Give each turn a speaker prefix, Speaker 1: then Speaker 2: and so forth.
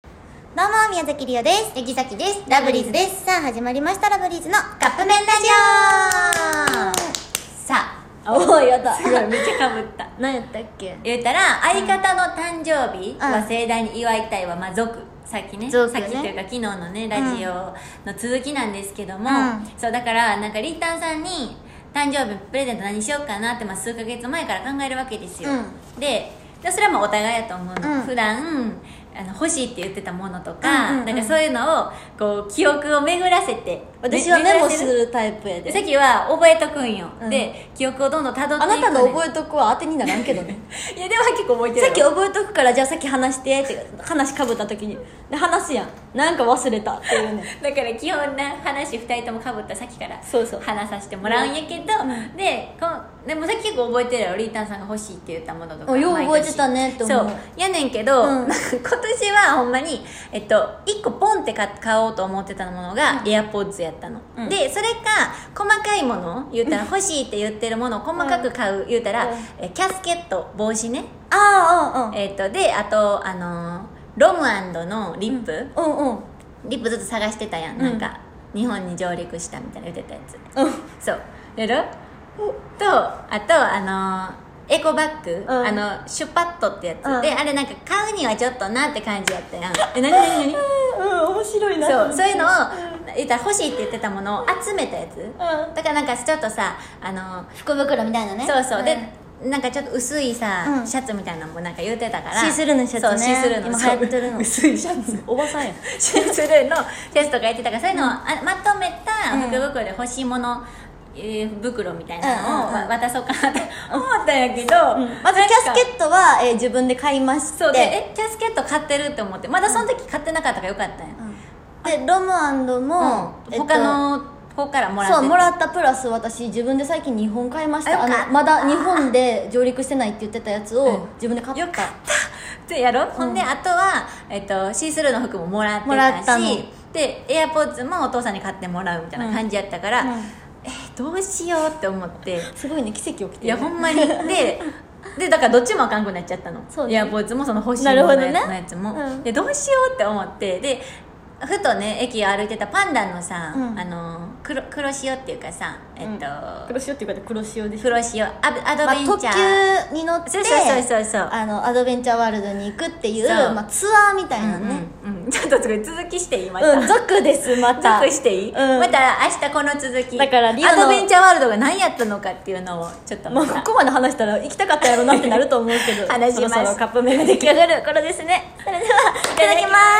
Speaker 1: どうも宮崎りおです
Speaker 2: ヤギサキです
Speaker 1: ラブリーズですさあ始まりましたラブリーズのカップ麺ラジ
Speaker 2: さ
Speaker 1: オおおやだ
Speaker 2: あすごいめっちゃかぶった
Speaker 1: 何やったっけ
Speaker 2: 言ったら相方の誕生日は盛大に祝いたいはまあ族さっきね
Speaker 1: 族ね
Speaker 2: さっきというか昨日のねラジオの続きなんですけども、
Speaker 1: うん
Speaker 2: そうだからなんかりんたんさんに誕生日プレゼント何しようかなってまあ数ヶ月前から考えるわけですよ、
Speaker 1: う
Speaker 2: ででそれはまあお互いやと思うの、
Speaker 1: うん
Speaker 2: 普段あの欲しいって言ってたものとか、
Speaker 1: うんうんうん
Speaker 2: なんかそういうのをこう記憶を巡らせて
Speaker 3: 私は
Speaker 2: め
Speaker 3: メモ
Speaker 2: 巡ら
Speaker 3: す
Speaker 2: せ
Speaker 3: るタイプや
Speaker 2: で
Speaker 3: で
Speaker 2: さっきは覚えとくんよ、
Speaker 3: うん
Speaker 2: で記憶をどんどんたどって
Speaker 3: あ
Speaker 2: いく
Speaker 3: なたの覚
Speaker 2: え
Speaker 3: えとくは当てにならんけどね
Speaker 2: いやでも結構覚えてる
Speaker 3: さっき覚えとくからじゃあさっき話してって話かぶった時にで話すやんなんか忘れたっていう ね
Speaker 2: だから基本な話2人ともかぶったさっきから
Speaker 3: そうそう
Speaker 2: 話させてもらうんやけど、でこんでもさっき結構覚えてるよりーたんさんが欲しいって言ったものとか
Speaker 3: およう
Speaker 2: 毎
Speaker 3: 覚
Speaker 2: 年
Speaker 3: えてたねって思う
Speaker 2: そうやねんけど、
Speaker 3: うん
Speaker 2: 今年はほんまに、えっと、1個ポンって買買おうと思ってたものが AirPods やったの、
Speaker 3: うん
Speaker 2: でそれか細かいもの言うたら欲しいって言ってるものを細かく買う言うたら、
Speaker 3: うん
Speaker 2: えキャスケット帽子ね、
Speaker 3: ああ
Speaker 2: えっとであとあのーロムのリップ、
Speaker 3: うんうんうんうん
Speaker 2: リップずっと探してたやん、
Speaker 3: うん
Speaker 2: なんか日本に上陸したみたいな言ってたやつ
Speaker 3: うん
Speaker 2: そうやろとあとあのーエコバッグ、
Speaker 3: ん
Speaker 2: あのシュパットってやつ、
Speaker 3: うん
Speaker 2: であれなんか買うにはちょっとなって感じやった やんえ何何何
Speaker 3: うん面白いな
Speaker 2: そうそういうのを
Speaker 3: うん
Speaker 2: 言ったら欲しいって言ってたものを集めたやつだからなんかちょっとさあのー
Speaker 1: 福袋みたいなね
Speaker 2: そうそう、
Speaker 1: ん
Speaker 2: でなんかちょっと薄いさ、
Speaker 1: うん
Speaker 2: シャツみたいなのもなんか言ってたから
Speaker 3: シースルーのシャツね
Speaker 2: そうシースルーの
Speaker 3: 今流行ってるの
Speaker 2: 薄いシャツ
Speaker 3: おばさんやん
Speaker 2: シースルーのテストがやってたからそういうのをあまとめた福袋で欲しいもの、えー袋みたいなの
Speaker 3: うんうん
Speaker 2: を
Speaker 3: うん
Speaker 2: わ渡そうかなって 思ったんやけど、
Speaker 3: まずキャス
Speaker 2: ット
Speaker 3: ケットは、えー自分で買いまして
Speaker 2: そうでえキャスケット買ってるって思ってまだその時買ってなかったからよかったんや、
Speaker 3: でロムアンドも、
Speaker 2: うん
Speaker 3: えっと
Speaker 2: 他の方からもらって
Speaker 3: そうもらったプラス私自分で最近日本買いました
Speaker 2: あ
Speaker 3: あ
Speaker 2: よかった
Speaker 3: のまだ日本で上陸してないって言ってたやつ
Speaker 2: うん
Speaker 3: を自分で買った、
Speaker 2: よかった でやろ、うほんであとは、えっと、シースルーの服ももらって
Speaker 3: もらったた
Speaker 2: し
Speaker 3: の
Speaker 2: でエアポッズもお父さんに買ってもらうみたいな感じやったから、
Speaker 3: うん
Speaker 2: えーどうしようって 思って
Speaker 3: すごいね奇跡起きてるね
Speaker 2: いやほんまに ででだからどっちもあかんくなっちゃったの
Speaker 3: そうね
Speaker 2: エアポーツもその欲しいも
Speaker 3: なる
Speaker 2: のの
Speaker 3: ほど
Speaker 2: や
Speaker 3: ね
Speaker 2: つ,、のやつも、
Speaker 3: うん
Speaker 2: でどうしようって思ってでふとね駅歩いてたパンダのさ、
Speaker 3: うん
Speaker 2: あの黒黒潮っていうかさえっと、
Speaker 3: 黒潮っていうか黒潮でしょ、
Speaker 2: 黒潮アドアド
Speaker 3: まあ、
Speaker 2: ベン
Speaker 3: 特
Speaker 2: チャー、
Speaker 3: 急に乗って
Speaker 2: そうそうそうそうそう
Speaker 3: あのアドベンチャーワールドに行くっていう
Speaker 2: そう
Speaker 3: まあ、ツアーみたいな
Speaker 2: うん
Speaker 3: ね
Speaker 2: うんうんちょっとすごい続きしていいま
Speaker 3: う
Speaker 2: た、
Speaker 3: ん、族ですまた
Speaker 2: 続していい、
Speaker 3: うん
Speaker 2: また明日この続き
Speaker 3: だからリオの
Speaker 2: アドベンチャーワールドが何やったのかっていうのをちょっと
Speaker 3: も
Speaker 2: ま
Speaker 3: うこ
Speaker 2: た
Speaker 3: こまで話したら行きたかったやろなってなると思うけど
Speaker 2: 話します
Speaker 3: そろそろカップ麺が出来上がる頃ですね
Speaker 2: いただきます